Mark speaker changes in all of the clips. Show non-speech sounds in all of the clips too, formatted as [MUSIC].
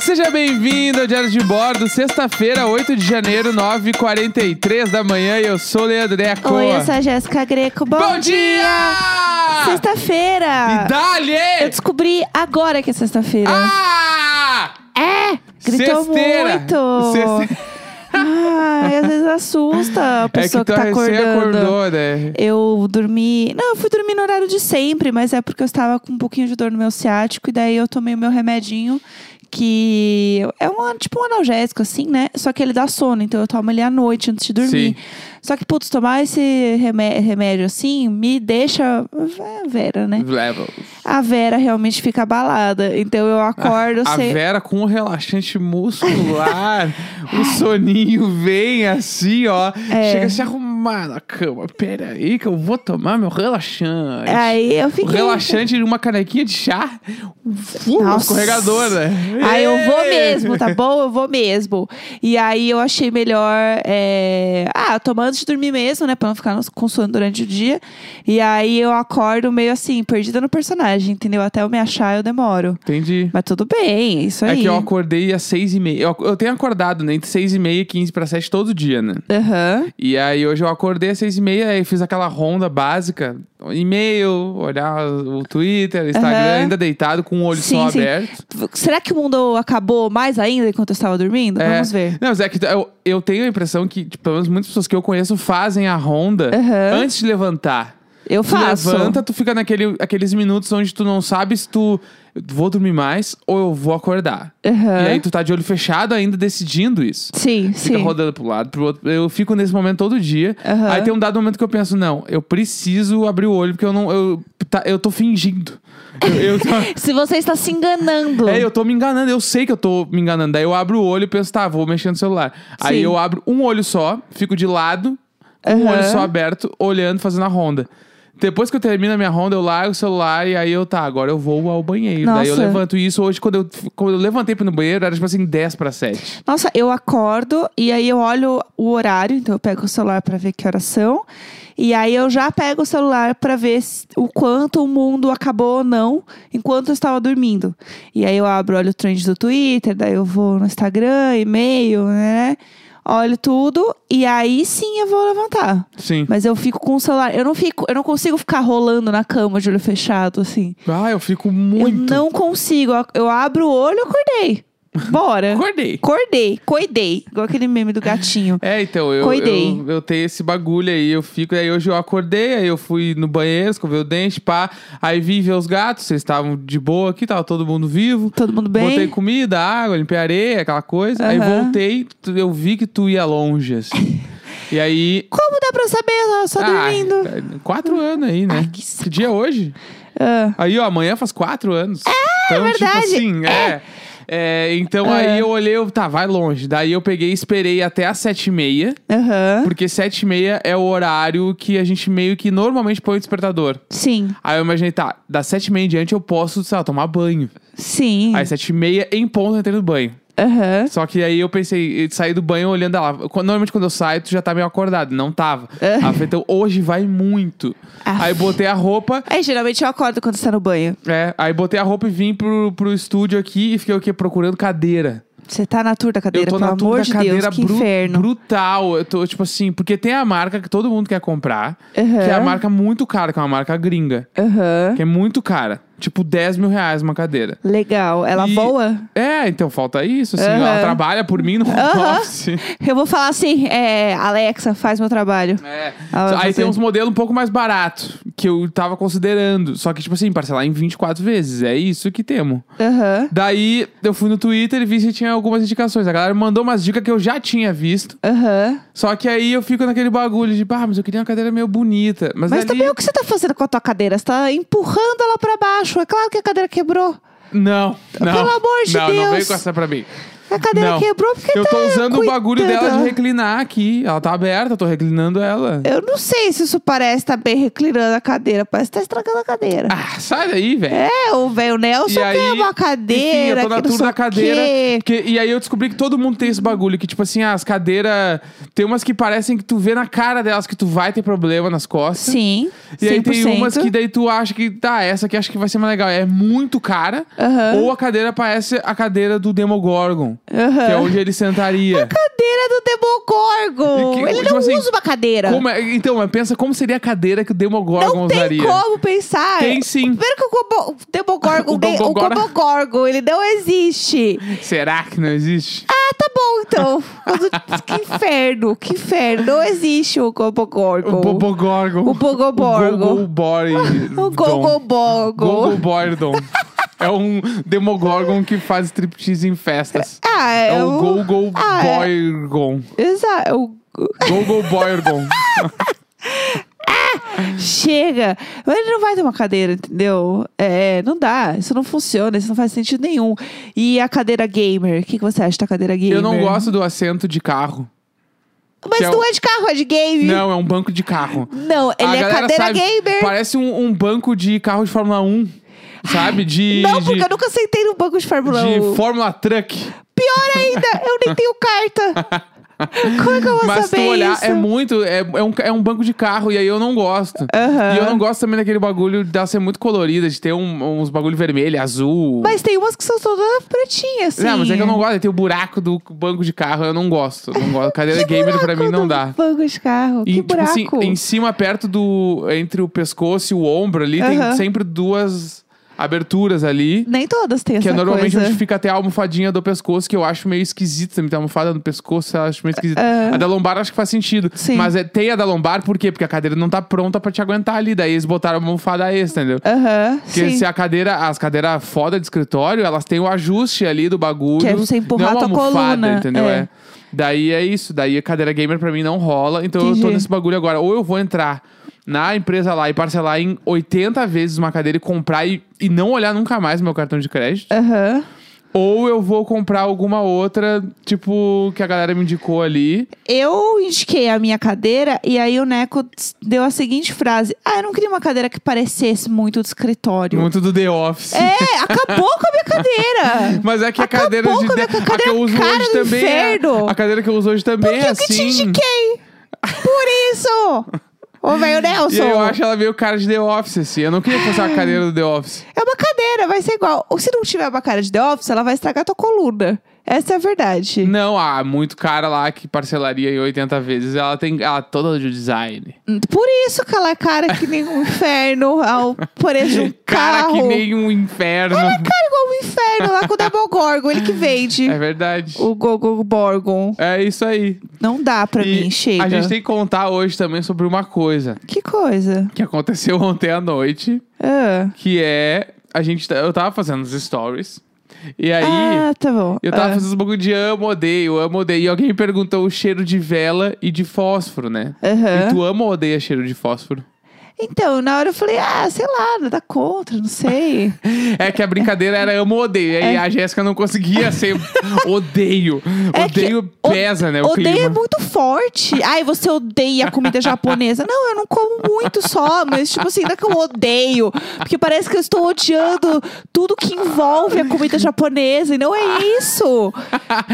Speaker 1: seja bem-vindo ao Diário de Bordo, sexta-feira, 8 de janeiro, 9h43 da manhã. E eu sou o Leandro Neco.
Speaker 2: Oi, eu sou a Jéssica Greco. Bom,
Speaker 1: Bom dia!
Speaker 2: Sexta-feira!
Speaker 1: E dali!
Speaker 2: Eu descobri agora que é sexta-feira.
Speaker 1: Ah!
Speaker 2: É! Gritou
Speaker 1: Sexteira.
Speaker 2: muito!
Speaker 1: Sexte-
Speaker 2: Ai, às vezes assusta a
Speaker 1: [LAUGHS] É que
Speaker 2: pessoa
Speaker 1: tu
Speaker 2: que tá
Speaker 1: recém
Speaker 2: acordando.
Speaker 1: acordou, né?
Speaker 2: Eu dormi. Não, eu fui dormir no horário de sempre, mas é porque eu estava com um pouquinho de dor no meu ciático e daí eu tomei o meu remedinho, que é um, tipo um analgésico, assim, né? Só que ele dá sono, então eu tomo ele à noite antes de dormir.
Speaker 1: Sim.
Speaker 2: Só que, putz, tomar esse remé- remédio assim me deixa. É Vera, né?
Speaker 1: Level.
Speaker 2: A Vera realmente fica abalada. Então eu acordo
Speaker 1: A
Speaker 2: sem.
Speaker 1: Vera com um relaxante muscular, o soninho vem assim, ó.
Speaker 2: É.
Speaker 1: Chega a se arrumar na cama. Pera aí que eu vou tomar meu relaxante.
Speaker 2: Aí eu
Speaker 1: Um
Speaker 2: fiquei.
Speaker 1: relaxante e uma canequinha de chá. Um fumo
Speaker 2: Nossa.
Speaker 1: escorregador, né?
Speaker 2: Ah, eu vou
Speaker 1: Ê!
Speaker 2: mesmo, tá bom? Eu vou mesmo. E aí eu achei melhor. é, Ah, tomar antes de dormir mesmo, né? Pra não ficar nos- com sono durante o dia. E aí eu acordo meio assim, perdida no personagem, entendeu? Até eu me achar, eu demoro.
Speaker 1: Entendi.
Speaker 2: Mas tudo bem, é isso
Speaker 1: É
Speaker 2: aí.
Speaker 1: que eu acordei às seis e meia. Eu, eu tenho acordado, né? Entre seis e meia e quinze pra sete todo dia, né?
Speaker 2: Aham.
Speaker 1: E aí hoje eu acordei às seis e meia e fiz aquela ronda básica. E-mail, olhar o Twitter, Instagram,
Speaker 2: Aham.
Speaker 1: ainda deitado com o olho
Speaker 2: Sim,
Speaker 1: só
Speaker 2: sim.
Speaker 1: aberto.
Speaker 2: Será que o mundo acabou mais ainda enquanto eu estava dormindo?
Speaker 1: É.
Speaker 2: Então Vamos ver.
Speaker 1: Não, mas é que eu, eu tenho a impressão que, tipo, pelo menos muitas pessoas que eu conheço fazem a ronda
Speaker 2: Aham.
Speaker 1: antes de levantar.
Speaker 2: Eu
Speaker 1: Tu
Speaker 2: faço.
Speaker 1: levanta, tu fica naqueles aqueles minutos onde tu não sabe se tu eu vou dormir mais ou eu vou acordar.
Speaker 2: Aham.
Speaker 1: E aí tu tá de olho fechado ainda decidindo isso.
Speaker 2: Sim, sim.
Speaker 1: Fica rodando pro lado, pro outro. Eu fico nesse momento todo dia.
Speaker 2: Aham.
Speaker 1: Aí tem um dado momento que eu penso, não, eu preciso abrir o olho, porque eu não. Eu, tá- eu tô fingindo. Eu, eu tô-
Speaker 2: Se você está se enganando.
Speaker 1: é, eu tô me enganando, eu sei que eu tô me enganando. Daí eu abro o olho e penso, tá, vou mexer no celular. Aí
Speaker 2: Sim.
Speaker 1: eu abro um olho só, fico de lado, com um
Speaker 2: Aham.
Speaker 1: olho só aberto, olhando, fazendo a ronda. Depois que eu termino a minha ronda, eu largo o celular e aí eu, tá, agora eu vou ao banheiro. Daí eu
Speaker 2: Nossa.
Speaker 1: levanto E isso. Hoje, quando eu, quando eu levantei pra ir no banheiro, era tipo assim, 10 pra 7.
Speaker 2: Nossa, eu acordo e aí eu olho o horário, então eu pego o celular pra ver que horas são. E aí eu já pego o celular pra ver se- o quanto o mundo acabou ou não enquanto eu estava dormindo. E aí eu abro, olho o trend do Twitter, daí eu vou no Instagram, e-mail, né? Olho tudo e aí sim eu vou levantar.
Speaker 1: Sim.
Speaker 2: Mas eu fico com o celular, eu não fico, eu não consigo ficar rolando na cama de olho fechado assim.
Speaker 1: Ah, eu fico muito.
Speaker 2: Eu não consigo, Eu- eu abro o olho, acordei.
Speaker 1: [LAUGHS]
Speaker 2: Bora.
Speaker 1: Acordei.
Speaker 2: Acordei, coidei. Igual aquele meme do gatinho.
Speaker 1: É, então, eu,
Speaker 2: Coidei.
Speaker 1: eu, eu tenho esse bagulho aí, eu fico, aí hoje eu acordei, aí eu fui no banheiro, escovei o dente, pá, aí vim ver os gatos, vocês estavam de boa aqui, tava todo mundo vivo,
Speaker 2: Todo mundo bem?
Speaker 1: botei comida, água, limpei areia, aquela coisa, aí
Speaker 2: Aham.
Speaker 1: voltei, tu- eu vi que tu ia longe,
Speaker 2: [LAUGHS]
Speaker 1: assim, e aí...
Speaker 2: Como dá pra saber? Eu tava só
Speaker 1: Ah,
Speaker 2: dormindo.
Speaker 1: quatro anos aí, né?
Speaker 2: Ai, que saco.
Speaker 1: dia é hoje?
Speaker 2: Ah,
Speaker 1: Aí, ó, amanhã faz quatro anos. É, então,
Speaker 2: verdade.
Speaker 1: tipo assim, é. É, então
Speaker 2: É.
Speaker 1: aí eu olhei, eu, tá, vai longe. Daí eu peguei e esperei até as sete e meia.
Speaker 2: Aham.
Speaker 1: Porque sete e meia é o horário que a gente meio que normalmente põe o despertador.
Speaker 2: Sim,
Speaker 1: Aí eu imaginei, tá, das sete e meia em diante eu posso, sei lá, tomar banho.
Speaker 2: sim.
Speaker 1: Aí sete e meia em ponto eu entrei no banho.
Speaker 2: Aham.
Speaker 1: Só que aí eu pensei, eu saí do banho olhando lá. Quando- Normalmente quando eu saio, tu já tá meio acordado. Não tava.
Speaker 2: É.
Speaker 1: Aí eu falei, então hoje vai muito.
Speaker 2: Ah.
Speaker 1: Aí botei a roupa,
Speaker 2: É, geralmente eu acordo quando você tá no banho.
Speaker 1: é, aí botei a roupa e vim pro, pro estúdio aqui e fiquei o quê? Procurando cadeira.
Speaker 2: Você tá na tour da
Speaker 1: Eu
Speaker 2: cadeira,
Speaker 1: tô
Speaker 2: pelo
Speaker 1: na
Speaker 2: amor
Speaker 1: turma
Speaker 2: de
Speaker 1: da cadeira
Speaker 2: Deus, que
Speaker 1: bru-
Speaker 2: inferno.
Speaker 1: brutal. Eu tô, tipo assim, porque tem a marca que todo mundo quer comprar,
Speaker 2: Aham.
Speaker 1: que é a marca muito cara, que é uma marca gringa,
Speaker 2: Aham.
Speaker 1: que é muito cara. Tipo, 10 mil reais uma cadeira.
Speaker 2: Legal. Ela
Speaker 1: E-
Speaker 2: voa?
Speaker 1: É, então falta isso, assim,
Speaker 2: Aham.
Speaker 1: ela trabalha por mim no home
Speaker 2: Aham.
Speaker 1: office.
Speaker 2: [LAUGHS] Eu vou falar assim, é, Alexa, faz meu trabalho.
Speaker 1: É.
Speaker 2: Ah,
Speaker 1: Aí
Speaker 2: você-
Speaker 1: tem uns modelos um pouco mais barato que eu tava considerando. Só que, tipo assim, parcelar em 24 vezes. É isso que temo.
Speaker 2: Aham.
Speaker 1: Daí eu fui no Twitter e vi se tinha algumas indicações. A galera mandou umas dicas que eu já tinha visto.
Speaker 2: Aham.
Speaker 1: Só que aí eu fico naquele bagulho de, ah, mas eu queria uma cadeira meio bonita. Mas,
Speaker 2: Mas
Speaker 1: ali-
Speaker 2: também o que você tá fazendo com a tua cadeira? Você tá empurrando ela pra baixo. É claro que a cadeira quebrou.
Speaker 1: Não, não.
Speaker 2: Pelo amor de
Speaker 1: não, Não,
Speaker 2: Deus.
Speaker 1: veio com essa pra mim.
Speaker 2: A cadeira
Speaker 1: Não.
Speaker 2: quebrou porque
Speaker 1: Eu
Speaker 2: tá
Speaker 1: tô usando o bagulho
Speaker 2: cuidando.
Speaker 1: dela de reclinar aqui. Ela tá aberta, eu tô reclinando ela.
Speaker 2: Eu não sei se isso parece tá bem reclinando a cadeira. Parece que tá estragando a cadeira.
Speaker 1: Ah, sai daí, velho.
Speaker 2: É, o velho Nelson
Speaker 1: E
Speaker 2: quer
Speaker 1: aí,
Speaker 2: uma
Speaker 1: Enfim,
Speaker 2: cadeira.
Speaker 1: eu tô na
Speaker 2: que não
Speaker 1: tour
Speaker 2: sei
Speaker 1: da
Speaker 2: o
Speaker 1: cadeira.
Speaker 2: quê.
Speaker 1: que- e aí eu descobri que todo mundo tem esse bagulho. Que, tipo assim, ah, as cadeiras. Tem umas que parecem que tu vê na cara delas que tu vai ter problema nas costas.
Speaker 2: Sim.
Speaker 1: E aí tem
Speaker 2: 100%.
Speaker 1: umas que daí tu acha que, tá, essa aqui acho que vai ser mais legal. É muito cara.
Speaker 2: Aham.
Speaker 1: Ou a cadeira parece a cadeira do Demogorgon,
Speaker 2: Aham.
Speaker 1: que é onde ele sentaria.
Speaker 2: Cadeira do Demogorgon.
Speaker 1: E que-
Speaker 2: Ele
Speaker 1: tipo
Speaker 2: não
Speaker 1: assim,
Speaker 2: usa uma cadeira.
Speaker 1: é, então,
Speaker 2: não tem
Speaker 1: usaria.
Speaker 2: como pensar.
Speaker 1: Tem sim.
Speaker 2: Primeiro que o Gobo-
Speaker 1: [LAUGHS]
Speaker 2: Demogorgon,
Speaker 1: O
Speaker 2: nem- o
Speaker 1: Gogora-
Speaker 2: Gogogorgon, ele não existe.
Speaker 1: Será que não existe?
Speaker 2: Ah, tá
Speaker 1: [LAUGHS]
Speaker 2: bom então. Mas o- que inferno, que inferno. Não existe o Gogogorgon.
Speaker 1: O Bobogorgon.
Speaker 2: O Bogogorgon.
Speaker 1: O Gogolboy.
Speaker 2: [LAUGHS] O Gogogorgon.
Speaker 1: Gogolbordon. É um Demogorgon que faz striptease em festas.
Speaker 2: Ah,
Speaker 1: É,
Speaker 2: é
Speaker 1: o
Speaker 2: Ah, é.
Speaker 1: Gogolboygon.
Speaker 2: Exato. o-
Speaker 1: Gogolboygon.
Speaker 2: Chega! Mas ele não vai ter uma cadeira, entendeu? É, não dá. Isso não funciona, isso não faz sentido nenhum. E a cadeira gamer? O que, que você acha da cadeira gamer?
Speaker 1: Eu não gosto do assento de carro. que
Speaker 2: Mas
Speaker 1: é
Speaker 2: não
Speaker 1: o-
Speaker 2: é de carro, é de game.
Speaker 1: Não, é um banco de carro.
Speaker 2: Não,
Speaker 1: A
Speaker 2: ele é
Speaker 1: galera
Speaker 2: cadeira
Speaker 1: sabe,
Speaker 2: gamer.
Speaker 1: Parece um, um banco de carro de Fórmula 1. Sabe? De,
Speaker 2: [LAUGHS] Não,
Speaker 1: de,
Speaker 2: porque eu nunca sentei no banco de Fórmula 1.
Speaker 1: de Fórmula Truck.
Speaker 2: Pior ainda, eu nem tenho
Speaker 1: [LAUGHS]
Speaker 2: carta. Como é que eu vou
Speaker 1: Mas se
Speaker 2: saber
Speaker 1: tu olhar,
Speaker 2: isso?
Speaker 1: é muito. É, é um, é um banco de carro, e aí eu não gosto.
Speaker 2: Aham.
Speaker 1: E eu não gosto também daquele bagulho de ser muito colorida, de ter um- uns bagulho vermelho, azul.
Speaker 2: Mas tem umas que são todas pretinhas, assim.
Speaker 1: Não, mas é que eu não gosto. Tem o buraco do banco de carro, eu não gosto. Não gosto. Cadeira
Speaker 2: Que
Speaker 1: gamer pra
Speaker 2: buraco
Speaker 1: mim não
Speaker 2: do
Speaker 1: dá.
Speaker 2: Banco de carro,
Speaker 1: E,
Speaker 2: que
Speaker 1: tipo
Speaker 2: buraco.
Speaker 1: assim, em cima, perto do. Entre o pescoço e o ombro ali, tem
Speaker 2: Aham.
Speaker 1: sempre duas aberturas ali.
Speaker 2: Nem todas têm
Speaker 1: Que é
Speaker 2: essa
Speaker 1: normalmente
Speaker 2: coisa.
Speaker 1: onde fica até a almofadinha do pescoço, que eu acho meio esquisito. Você me tem uma almofada no pescoço, eu acho meio esquisito.
Speaker 2: É.
Speaker 1: A da lombar eu acho que faz sentido.
Speaker 2: Sim.
Speaker 1: Mas é, tem a da lombar, por quê? Porque a cadeira não tá pronta pra te aguentar ali. Daí eles botaram uma almofada extra, entendeu?
Speaker 2: Aham,
Speaker 1: Porque
Speaker 2: sim.
Speaker 1: se a cadeira, as cadeiras foda de escritório, elas têm o ajuste ali do bagulho.
Speaker 2: Que é você empurrar
Speaker 1: não é
Speaker 2: a
Speaker 1: uma
Speaker 2: tua
Speaker 1: almofada,
Speaker 2: coluna,
Speaker 1: entendeu?
Speaker 2: é.
Speaker 1: É. Daí é isso. Daí a cadeira gamer pra mim não rola. Então eu tô
Speaker 2: Entendi.
Speaker 1: nesse bagulho agora. Ou eu vou entrar na empresa lá e parcelar em 80 vezes uma cadeira e comprar e, e não olhar nunca mais meu cartão de crédito.
Speaker 2: Aham.
Speaker 1: Ou eu vou comprar alguma outra, tipo, que a galera me indicou ali.
Speaker 2: Eu indiquei a minha cadeira e aí o Neco s- deu a seguinte frase: Ah, eu não queria uma cadeira que parecesse muito de escritório.
Speaker 1: Muito do The Office.
Speaker 2: É, acabou com a minha cadeira.
Speaker 1: [LAUGHS] Mas é que
Speaker 2: Acabou
Speaker 1: a cadeira de.
Speaker 2: com a minha
Speaker 1: de-
Speaker 2: cadeira
Speaker 1: a que eu uso
Speaker 2: cara
Speaker 1: hoje
Speaker 2: do
Speaker 1: também. é-
Speaker 2: inferno.
Speaker 1: a cadeira que eu uso hoje também
Speaker 2: Porque
Speaker 1: é
Speaker 2: eu que te
Speaker 1: assim.
Speaker 2: indiquei. Por isso! Ô, velho Nelson.
Speaker 1: E aí eu acho ela meio cara de The Office, assim. Eu não queria passar a cadeira do The Office.
Speaker 2: É uma cadeira, vai ser igual. Ou se não tiver uma cara de The Office, ela vai estragar tua coluna. Essa é a verdade.
Speaker 1: Não, ah, muito cara lá que parcelaria em 80 vezes. Ela tem ela é toda de design.
Speaker 2: Por isso que ela é cara que nem um inferno ao preço
Speaker 1: [LAUGHS]
Speaker 2: de um
Speaker 1: Cara
Speaker 2: carro.
Speaker 1: que nem um inferno.
Speaker 2: Ela é cara igual o inferno lá com o Demogorgon, ele que vende.
Speaker 1: É verdade.
Speaker 2: O Gogo Borgon.
Speaker 1: É isso aí.
Speaker 2: Não dá pra
Speaker 1: E
Speaker 2: mim, chega.
Speaker 1: A gente tem que contar hoje também sobre uma coisa
Speaker 2: Que coisa.
Speaker 1: que aconteceu [LAUGHS] ontem à noite.
Speaker 2: Ah,
Speaker 1: Que é. A gente. tá- Eu tava fazendo os stories. E aí.
Speaker 2: ah tá bom.
Speaker 1: Eu tava
Speaker 2: Ah.
Speaker 1: fazendo os bagulho de amo, odeio, amo, odeio. E alguém me perguntou o cheiro de vela e de fósforo,
Speaker 2: É.
Speaker 1: né?
Speaker 2: Ah, Aham.
Speaker 1: E tu ama ou odeia cheiro de fósforo?
Speaker 2: Então, na hora eu falei, ah, sei lá, nada contra, não sei.
Speaker 1: É que a brincadeira era amo ou odeio. E aí a Jéssica não conseguia
Speaker 2: [LAUGHS]
Speaker 1: ser odeio.
Speaker 2: É que
Speaker 1: odeio pesa, né? O
Speaker 2: odeio é
Speaker 1: clima.
Speaker 2: muito forte. Ai, você odeia comida japonesa. Não, eu não como muito só, mas tipo assim, não é que eu odeio. Porque parece que eu estou odiando tudo que envolve a comida japonesa. E não é isso.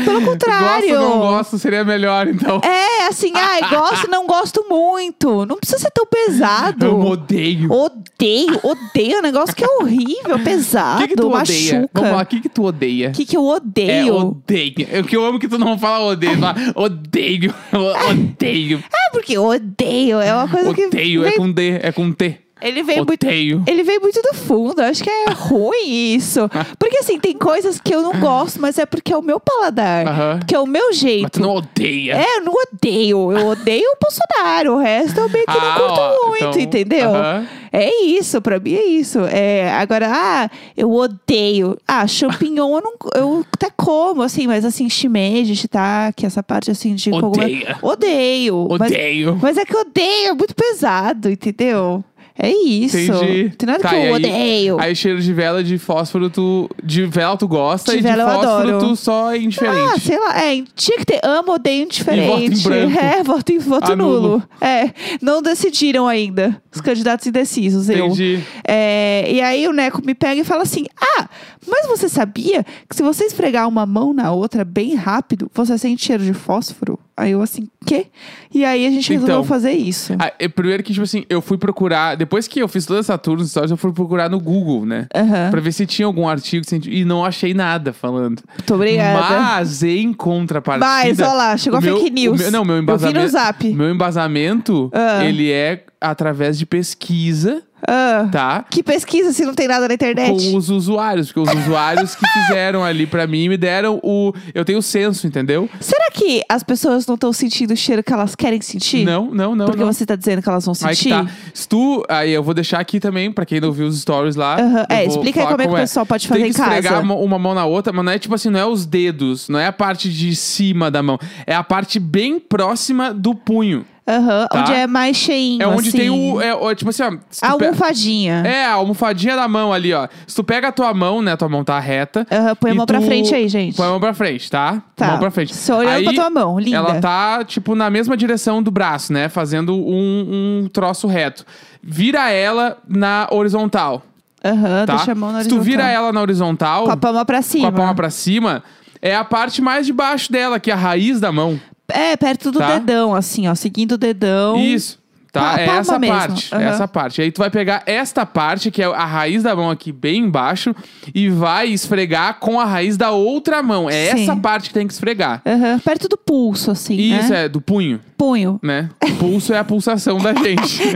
Speaker 2: Pelo
Speaker 1: Gosto
Speaker 2: contrário.
Speaker 1: ou não gosto seria melhor, então. [LAUGHS]
Speaker 2: É, assim, ai, gosto, não gosto muito. Não precisa ser tão pesado.
Speaker 1: Amo, odeio.
Speaker 2: Odeio, odeio. É um negócio que é horrível,
Speaker 1: O
Speaker 2: pesado,
Speaker 1: que, que tu odeia?
Speaker 2: machuca.
Speaker 1: Vamos lá, o que, que tu odeia?
Speaker 2: O que, que eu
Speaker 1: É,
Speaker 2: odeio?
Speaker 1: odeia. É O que eu amo que tu não fala odeio. Fala, odeio, [LAUGHS] o- odeio,
Speaker 2: Ah, porque odeio é uma coisa que.
Speaker 1: odeio. É
Speaker 2: vem-
Speaker 1: com D, é com T.
Speaker 2: Ele veio muito.
Speaker 1: Odeio.
Speaker 2: Ele veio muito do fundo, acho que é ruim
Speaker 1: [LAUGHS]
Speaker 2: isso. Porque assim, tem coisas que eu não gosto, mas é porque é o meu paladar.
Speaker 1: Aham.
Speaker 2: Porque é o meu jeito.
Speaker 1: Mas tu não odeia.
Speaker 2: É, eu não odeio. Eu odeio o Bolsonaro. O resto eu meio que
Speaker 1: Ah,
Speaker 2: não curto
Speaker 1: ó,
Speaker 2: muito,
Speaker 1: então,
Speaker 2: entendeu?
Speaker 1: aham.
Speaker 2: É isso, pra mim é isso. É, agora, ah, eu odeio. Ah, champignon eu, não, eu até como, assim, mas assim, shimeji, shiitake, essa parte assim de... cogumelo-
Speaker 1: Odeia.
Speaker 2: Odeio. mas-
Speaker 1: Odeio.
Speaker 2: Mas, é que odeio, é muito pesado, entendeu? É isso.
Speaker 1: Entendi.
Speaker 2: Tem nada
Speaker 1: Tá,
Speaker 2: que
Speaker 1: e
Speaker 2: eu
Speaker 1: aí-
Speaker 2: odeio.
Speaker 1: Aí cheiro de vela de fósforo, tu. De vela tu gosta
Speaker 2: De
Speaker 1: e
Speaker 2: vela eu
Speaker 1: de fósforo
Speaker 2: adoro.
Speaker 1: tu só é
Speaker 2: Ah,
Speaker 1: indiferente.
Speaker 2: sei lá. É, tinha que ter amo, odeio,
Speaker 1: E
Speaker 2: indiferente.
Speaker 1: voto em branco.
Speaker 2: [LAUGHS]
Speaker 1: Ah,
Speaker 2: é, voto, em, voto
Speaker 1: Anulo.
Speaker 2: nulo. É, não decidiram ainda. Os candidatos indecisos, eu.
Speaker 1: Entendi.
Speaker 2: É, e aí o Neco me pega e fala assim: Ah, mas você sabia que se você esfregar uma mão na outra bem rápido, você sente cheiro de fósforo? Aí eu assim, quê? E aí a gente resolveu
Speaker 1: Então.
Speaker 2: fazer isso.
Speaker 1: Ah, é, primeiro que, tipo assim, eu fui procurar. Depois que eu fiz toda essa tour nos stories, eu fui procurar no Google, né?
Speaker 2: Aham.
Speaker 1: Pra ver se tinha algum artigo se- e não achei nada falando.
Speaker 2: Muito obrigada.
Speaker 1: Mas em contrapartida.
Speaker 2: Mas, olha lá, chegou
Speaker 1: o
Speaker 2: a
Speaker 1: meu-
Speaker 2: fake
Speaker 1: o
Speaker 2: news.
Speaker 1: meu- não, meu
Speaker 2: Eu vi
Speaker 1: embasamento.
Speaker 2: no zap.
Speaker 1: Meu embasamento,
Speaker 2: Ah.
Speaker 1: ele é através de pesquisa,
Speaker 2: Ah,
Speaker 1: tá?
Speaker 2: que pesquisa se não tem nada na internet?
Speaker 1: Com os usuários, porque os usuários que fizeram ali pra mim me deram o. Eu tenho o senso, entendeu?
Speaker 2: Será que as pessoas não estão sentindo o cheiro que elas querem sentir?
Speaker 1: Não, não, não.
Speaker 2: Porque
Speaker 1: não.
Speaker 2: você tá dizendo que elas vão
Speaker 1: Aí que
Speaker 2: sentir?
Speaker 1: tá. Se tu. Aí eu vou deixar aqui também, pra quem não viu os stories lá.
Speaker 2: Aham.
Speaker 1: eu
Speaker 2: É,
Speaker 1: vou
Speaker 2: explica aí
Speaker 1: falar
Speaker 2: como é que o pessoal pode fazer
Speaker 1: Tem que
Speaker 2: em casa.
Speaker 1: esfregar uma- uma mão na outra, mas não é tipo assim, não é os dedos, não é a parte de cima da mão. É a parte bem próxima do punho.
Speaker 2: Aham,
Speaker 1: Tá.
Speaker 2: Onde é mais cheinho.
Speaker 1: É onde
Speaker 2: assim.
Speaker 1: tem o. É, o- tipo assim, ó. se tu
Speaker 2: A
Speaker 1: pe-
Speaker 2: almofadinha.
Speaker 1: É, a almofadinha da mão ali, ó. Se tu pega a tua mão, né? Tua mão tá reta.
Speaker 2: Aham, põe a
Speaker 1: e
Speaker 2: mão pra
Speaker 1: tu-
Speaker 2: frente aí, gente.
Speaker 1: Põe a mão pra frente, tá?
Speaker 2: Tá.
Speaker 1: Mão pra frente.
Speaker 2: Só olhando
Speaker 1: aí,
Speaker 2: pra tua mão, linda.
Speaker 1: Ela tá, tipo, na mesma direção do braço, né? Fazendo um, um troço reto. Vira ela na horizontal,
Speaker 2: Aham,
Speaker 1: tá?
Speaker 2: deixa a mão na
Speaker 1: Se tu
Speaker 2: horizontal.
Speaker 1: vira ela na horizontal,
Speaker 2: Com a palma pra
Speaker 1: com
Speaker 2: cima.
Speaker 1: a palma pra cima, é a parte mais de baixo dela, que é a raiz da mão.
Speaker 2: É, perto do
Speaker 1: Tá.
Speaker 2: dedão, assim, ó. Seguindo o dedão.
Speaker 1: Isso. Tá,
Speaker 2: Pa-
Speaker 1: é
Speaker 2: palma
Speaker 1: essa
Speaker 2: mesmo.
Speaker 1: parte. é
Speaker 2: Aham.
Speaker 1: Essa parte. Aí tu vai pegar esta parte, que é a raiz da mão aqui bem embaixo, e vai esfregar com a raiz da outra mão. É
Speaker 2: Sim.
Speaker 1: essa parte que tem que esfregar.
Speaker 2: Aham, perto do pulso, assim,
Speaker 1: Isso,
Speaker 2: né?
Speaker 1: é do punho,
Speaker 2: Punho.
Speaker 1: né? Pulso é a pulsação da [LAUGHS] gente.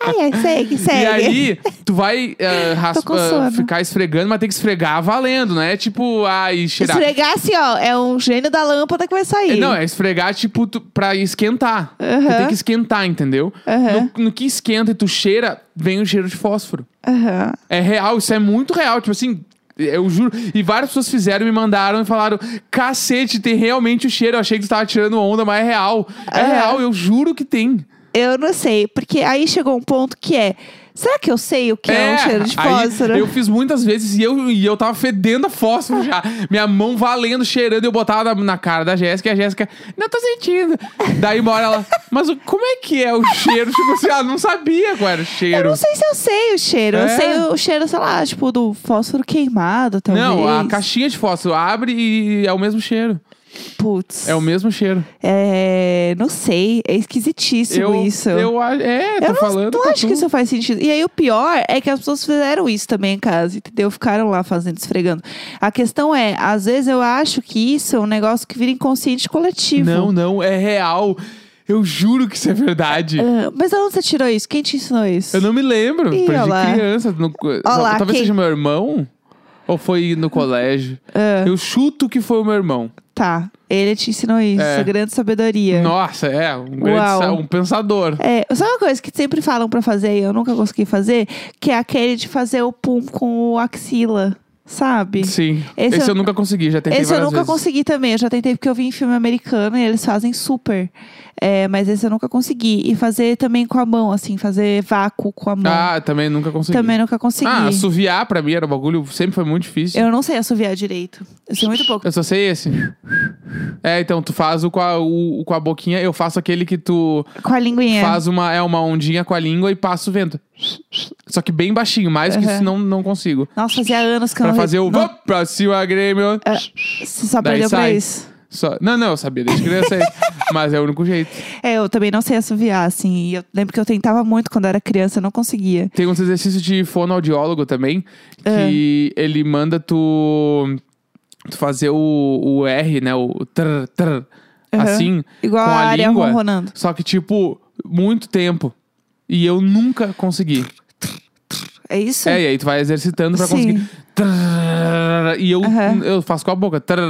Speaker 2: Ai, é, segue, segue.
Speaker 1: e aí, tu
Speaker 2: [LAUGHS]
Speaker 1: vai eh, raspa-
Speaker 2: com sono.
Speaker 1: ficar esfregando, mas tem que esfregar valendo, não é tipo, ai, cheirar.
Speaker 2: Esfregar assim, ó. É um gênio da lâmpada que vai sair.
Speaker 1: Não, é esfregar, tipo, tu, pra esquentar.
Speaker 2: Aham.
Speaker 1: Tu tem que esquentar, entendeu?
Speaker 2: Aham.
Speaker 1: No, no que esquenta e tu cheira, vem o cheiro de fósforo.
Speaker 2: Aham.
Speaker 1: É real, isso é muito real. Tipo assim, eu juro. E várias pessoas fizeram, me mandaram e falaram: cacete, tem realmente o cheiro. Eu achei que tu tava tirando onda, mas é real. É
Speaker 2: Aham.
Speaker 1: real, eu juro que tem.
Speaker 2: Eu não sei, porque aí chegou um ponto que é... Será que eu sei o que é, um cheiro de
Speaker 1: aí
Speaker 2: fósforo?
Speaker 1: Eu fiz muitas vezes e eu, e eu tava fedendo a fósforo
Speaker 2: [LAUGHS]
Speaker 1: já. Minha mão valendo, cheirando, eu botava na, na cara da Jéssica e a Jéssica, não tô sentindo. Daí uma hora ela, mas o- como é que é o cheiro? Tipo assim, ela não sabia qual era o
Speaker 2: Eu
Speaker 1: cheiro.
Speaker 2: não sei se eu sei o cheiro. Eu
Speaker 1: É.
Speaker 2: sei o cheiro, sei lá, tipo, do fósforo queimado, talvez.
Speaker 1: Não, a caixinha de fósforo abre e é o mesmo cheiro.
Speaker 2: Putz.
Speaker 1: É o mesmo cheiro.
Speaker 2: É, não sei, é esquisitíssimo
Speaker 1: eu,
Speaker 2: isso.
Speaker 1: Eu, a- é, tô
Speaker 2: Eu não,
Speaker 1: falando.
Speaker 2: não
Speaker 1: com
Speaker 2: acho
Speaker 1: tu.
Speaker 2: que isso faz sentido. E aí o pior é que as pessoas fizeram isso também em casa, entendeu? Ficaram lá fazendo, esfregando. A questão é, às vezes eu acho que isso é um negócio que vira inconsciente coletivo.
Speaker 1: Não, não, é real. Eu juro que isso é verdade.
Speaker 2: Ah, mas de onde você tirou isso? Quem te ensinou isso?
Speaker 1: Eu não me lembro.
Speaker 2: Ih,
Speaker 1: Foi
Speaker 2: olha
Speaker 1: de
Speaker 2: lá.
Speaker 1: criança. no-
Speaker 2: lá,
Speaker 1: talvez
Speaker 2: quem- Hum.
Speaker 1: seja meu irmão. Ou foi no colégio.
Speaker 2: É.
Speaker 1: Eu chuto que foi o meu irmão.
Speaker 2: Tá, ele te ensinou isso,
Speaker 1: É.
Speaker 2: essa grande sabedoria.
Speaker 1: Nossa, é. Um, grande,
Speaker 2: Uau.
Speaker 1: sa- um pensador.
Speaker 2: É, sabe uma coisa que sempre falam pra fazer e eu nunca consegui fazer? Que é aquele de fazer o pum com o axila, sabe?
Speaker 1: Sim.
Speaker 2: Esse
Speaker 1: Esse,
Speaker 2: eu-
Speaker 1: eu nunca consegui, já tentei
Speaker 2: Esse eu
Speaker 1: várias
Speaker 2: nunca
Speaker 1: vezes.
Speaker 2: consegui também. Eu já tentei porque eu vi em filme americano e eles fazem super. É, mas esse eu nunca consegui. E fazer também com a mão, assim, fazer vácuo com a mão.
Speaker 1: Ah, também nunca consegui.
Speaker 2: também nunca consegui.
Speaker 1: Ah, assoviar pra mim era um bagulho, sempre foi muito difícil.
Speaker 2: Eu não sei assoviar direito. Eu sei muito pouco.
Speaker 1: Eu só sei esse. É, então, tu faz o com a, o- o com a boquinha, eu faço aquele que tu
Speaker 2: Com a linguinha.
Speaker 1: faz uma, é, uma ondinha com a língua e passa o vento. Só que bem baixinho, mais que
Speaker 2: Aham.
Speaker 1: isso não, não consigo.
Speaker 2: Nossa, fazia anos que eu
Speaker 1: Pra
Speaker 2: não...
Speaker 1: fazer o
Speaker 2: não... É.
Speaker 1: vamos pra cima, Grêmio.
Speaker 2: Você só
Speaker 1: Daí
Speaker 2: aprendeu pra
Speaker 1: sai.
Speaker 2: isso.
Speaker 1: Só- Não, não, eu sabia desde criança.
Speaker 2: [LAUGHS]
Speaker 1: isso. mas é o único jeito.
Speaker 2: É, eu também não sei assoviar, assim. E eu lembro que eu tentava muito quando era criança, eu não conseguia.
Speaker 1: Tem uns exercícios de fonoaudiólogo também,
Speaker 2: É.
Speaker 1: que ele manda tu, tu fazer o, o R, né? O tr, tr,
Speaker 2: Aham.
Speaker 1: assim,
Speaker 2: Igual
Speaker 1: com
Speaker 2: a
Speaker 1: a,
Speaker 2: área
Speaker 1: língua.
Speaker 2: ronronando.
Speaker 1: Só que, tipo, muito tempo. E eu nunca consegui.
Speaker 2: É isso?
Speaker 1: É, e aí tu vai exercitando pra
Speaker 2: Sim.
Speaker 1: conseguir. Trrr, E eu,
Speaker 2: Aham.
Speaker 1: eu faço com a boca. Trrr,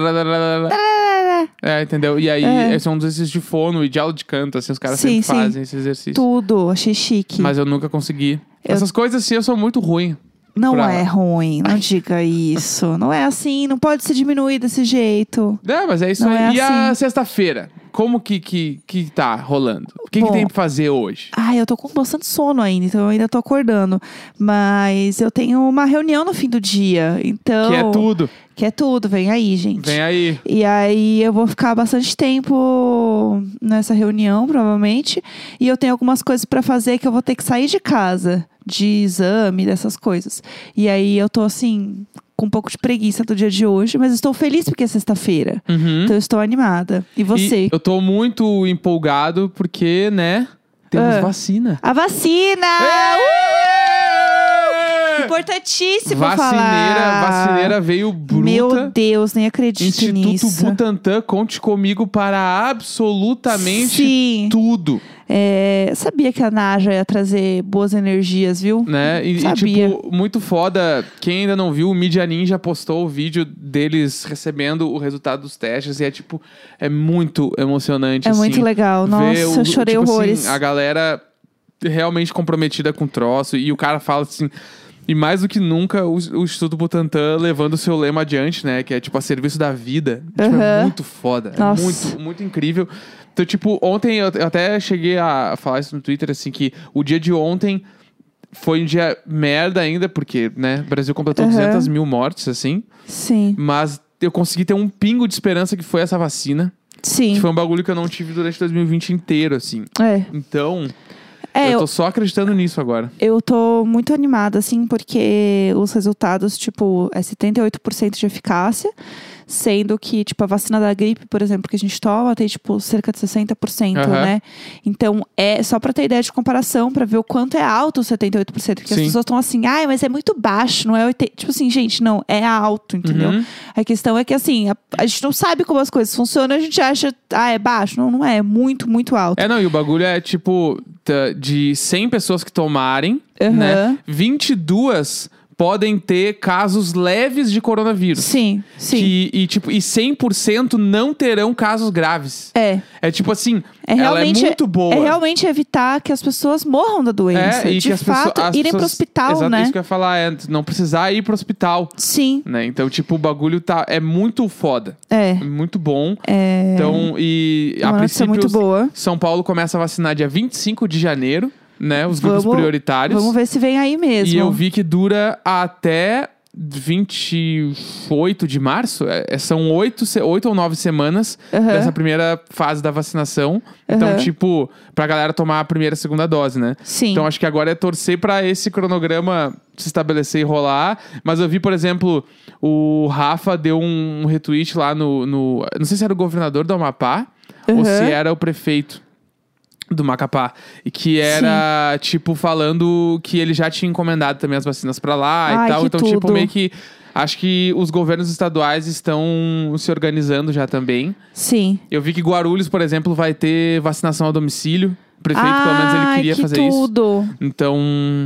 Speaker 1: É, entendeu? E aí,
Speaker 2: É.
Speaker 1: esse é um dos exercícios de fono e de aula de canto, assim, os caras sempre
Speaker 2: Sim, sim.
Speaker 1: fazem esse exercício.
Speaker 2: Tudo, achei chique.
Speaker 1: Mas eu nunca consegui.
Speaker 2: Eu-
Speaker 1: Essas coisas, assim, eu sou muito ruim.
Speaker 2: Não
Speaker 1: pra-
Speaker 2: é
Speaker 1: [LAUGHS]
Speaker 2: ruim, não diga isso. Não é assim, não pode se diminuir desse jeito.
Speaker 1: É, mas é isso
Speaker 2: Não
Speaker 1: aí.
Speaker 2: é
Speaker 1: e a
Speaker 2: assim.
Speaker 1: sexta-feira? Como que, que, que tá rolando? O que, que
Speaker 2: Bom,
Speaker 1: tem pra fazer hoje?
Speaker 2: Ai, eu tô com bastante sono ainda, então eu ainda tô acordando. Mas eu tenho uma reunião no fim do dia, então...
Speaker 1: Que é tudo.
Speaker 2: Que é tudo, vem aí, gente.
Speaker 1: Vem aí.
Speaker 2: E aí eu vou ficar bastante tempo nessa reunião, provavelmente. E eu tenho algumas coisas pra fazer que eu vou ter que sair de casa, de exame, dessas coisas. E aí eu tô assim, com um pouco de preguiça do dia de hoje, mas estou feliz porque é sexta-feira.
Speaker 1: Uhum.
Speaker 2: Então eu estou animada. E você?
Speaker 1: E eu tô muito empolgado porque, né? Temos vacina.
Speaker 2: A vacina!
Speaker 1: Ê!
Speaker 2: Uh! Importantíssimo
Speaker 1: Vacineira,
Speaker 2: falar.
Speaker 1: É! vacineira veio bruta.
Speaker 2: Meu Deus, nem acredito
Speaker 1: Instituto
Speaker 2: nisso.
Speaker 1: Butantan, conte comigo para absolutamente
Speaker 2: Sim.
Speaker 1: tudo,
Speaker 2: É, sabia que a Naja ia trazer boas energias, viu?
Speaker 1: né? E, e,
Speaker 2: Sabia.
Speaker 1: tipo, muito foda. Quem ainda não viu, o Media Ninja postou o vídeo deles recebendo o resultado dos testes e é tipo, é muito emocionante
Speaker 2: É
Speaker 1: assim.
Speaker 2: muito legal.
Speaker 1: ver
Speaker 2: Nossa,
Speaker 1: o-
Speaker 2: eu chorei
Speaker 1: tipo
Speaker 2: horrores.
Speaker 1: assim, a galera realmente comprometida com o troço. E o cara fala assim. E mais do que nunca, o, o Instituto Butantan levando o seu lema adiante, né? Que é tipo a serviço da vida. Tipo, é
Speaker 2: Aham.
Speaker 1: muito foda. é
Speaker 2: Nossa.
Speaker 1: muito, muito incrível. Então, tipo, ontem eu, eu até cheguei a falar isso no Twitter, assim, que o dia de ontem foi um dia merda ainda, porque, né, o Brasil completou
Speaker 2: Aham.
Speaker 1: 200 mil mortes, assim.
Speaker 2: Sim,
Speaker 1: Mas eu consegui ter um pingo de esperança que foi essa vacina. Que
Speaker 2: sim.
Speaker 1: foi um bagulho que eu não tive durante 2020 inteiro, assim.
Speaker 2: É,
Speaker 1: Então,
Speaker 2: é
Speaker 1: eu,
Speaker 2: eu,
Speaker 1: tô só acreditando nisso agora.
Speaker 2: eu tô muito animada, assim, porque os resultados, tipo, é 78% de eficácia, sendo que, tipo, a vacina da gripe, por exemplo, que a gente toma, tem, tipo, cerca de 60%,
Speaker 1: Aham.
Speaker 2: né? Então, é só pra ter ideia de comparação, pra ver o quanto é alto o 78%, porque as
Speaker 1: Sim.
Speaker 2: pessoas estão assim, ai, mas é muito baixo, não é 80%. Tipo assim, gente, não, é alto, entendeu?
Speaker 1: Uhum.
Speaker 2: A questão é que, assim, a, a gente não sabe como as coisas funcionam, a gente acha, ah, é baixo. Não, não é. É muito, muito alto.
Speaker 1: É, não, e o bagulho é tipo: tá, de 100 pessoas que tomarem,
Speaker 2: Aham.
Speaker 1: né? 22 podem ter casos leves de coronavírus.
Speaker 2: Sim, sim.
Speaker 1: Que- e, tipo, e 100% não terão casos graves.
Speaker 2: É.
Speaker 1: É tipo assim,
Speaker 2: É
Speaker 1: ela é
Speaker 2: realmente-
Speaker 1: muito boa.
Speaker 2: É realmente evitar que as pessoas morram da doença.
Speaker 1: É, e
Speaker 2: de
Speaker 1: que as
Speaker 2: fato,
Speaker 1: pessoas, as
Speaker 2: irem pro
Speaker 1: pessoas-
Speaker 2: hospital,
Speaker 1: Exato,
Speaker 2: né?
Speaker 1: Isso que eu ia falar, é não precisar ir pro hospital,
Speaker 2: Sim,
Speaker 1: né? Então, tipo, o bagulho tá, é muito foda.
Speaker 2: é.
Speaker 1: É muito bom.
Speaker 2: É
Speaker 1: Então, e a
Speaker 2: uma notícia
Speaker 1: princípio, assim,
Speaker 2: muito boa.
Speaker 1: São Paulo começa a vacinar dia 25 de janeiro, né? Os grupos
Speaker 2: Vamos-
Speaker 1: prioritários.
Speaker 2: Vamos ver se vem aí mesmo.
Speaker 1: E eu vi que dura até 28 de março. É- é- são oito, se- oito ou nove semanas
Speaker 2: Aham.
Speaker 1: dessa primeira fase da vacinação. Então,
Speaker 2: Aham.
Speaker 1: tipo, pra galera tomar a primeira e segunda dose, né?
Speaker 2: Sim.
Speaker 1: Então acho que agora é torcer pra esse cronograma se estabelecer e rolar. Mas eu vi, por exemplo, o Rafa deu um retweet lá no. no- não sei se era o governador do Amapá ou
Speaker 2: Uhum.
Speaker 1: se era o prefeito do Macapá. E que era, tipo, falando que ele já tinha encomendado também as vacinas pra lá e
Speaker 2: Ai,
Speaker 1: tal.
Speaker 2: que
Speaker 1: Então, tipo,
Speaker 2: tudo.
Speaker 1: meio que. Acho que os governos estaduais estão se organizando já também.
Speaker 2: Sim.
Speaker 1: Eu vi que Guarulhos, por exemplo, vai ter vacinação a domicílio. O prefeito,
Speaker 2: ah,
Speaker 1: pelo menos, ele queria
Speaker 2: que
Speaker 1: fazer isso.
Speaker 2: tudo.
Speaker 1: Então,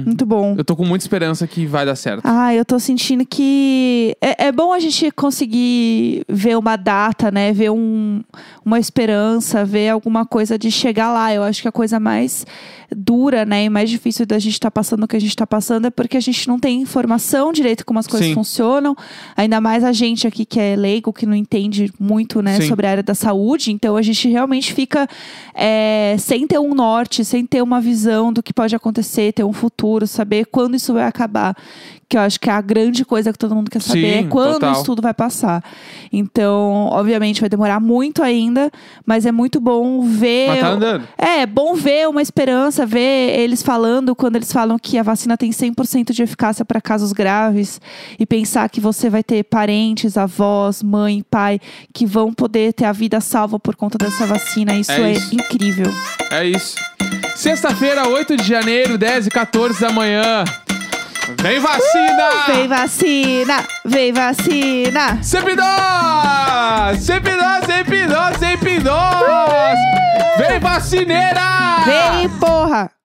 Speaker 2: Muito bom.
Speaker 1: eu tô com muita esperança que vai dar certo.
Speaker 2: Ah, eu tô sentindo que é, é bom a gente conseguir ver uma data, né? Ver um- uma esperança, ver alguma coisa de chegar lá. Eu acho que a coisa mais dura, né? E mais difícil da gente estar passando o que a gente tá passando é porque a gente não tem informação direito como as coisas
Speaker 1: Sim.
Speaker 2: funcionam. Ainda mais a gente aqui que é leigo, que não entende muito, né?
Speaker 1: Sim.
Speaker 2: Sobre a área da saúde. Então a gente realmente fica é, sem ter um norte, sem ter uma visão do que pode acontecer, ter um futuro, saber quando isso vai acabar. Que eu acho que é a grande coisa que todo mundo quer saber
Speaker 1: Sim,
Speaker 2: é quando
Speaker 1: total.
Speaker 2: isso tudo vai passar. Então, obviamente, vai demorar muito ainda, mas é muito bom ver.
Speaker 1: Mas tá andando.
Speaker 2: É, é bom ver uma esperança, ver eles falando, quando eles falam que a vacina tem 100% de eficácia para casos graves, e pensar que você vai ter parentes, avós, mãe, pai, que vão poder ter a vida salva por conta dessa vacina. Isso
Speaker 1: É
Speaker 2: é,
Speaker 1: isso.
Speaker 2: incrível.
Speaker 1: É isso. Sexta-feira, 8 de janeiro, 10 e 14 da manhã. Vem vacina!
Speaker 2: Uh, Vem vacina! Vem vacina!
Speaker 1: Sempre nós! Sempre nós, sempre nós, sempre nós! Vem vacineira!
Speaker 2: Vem, porra!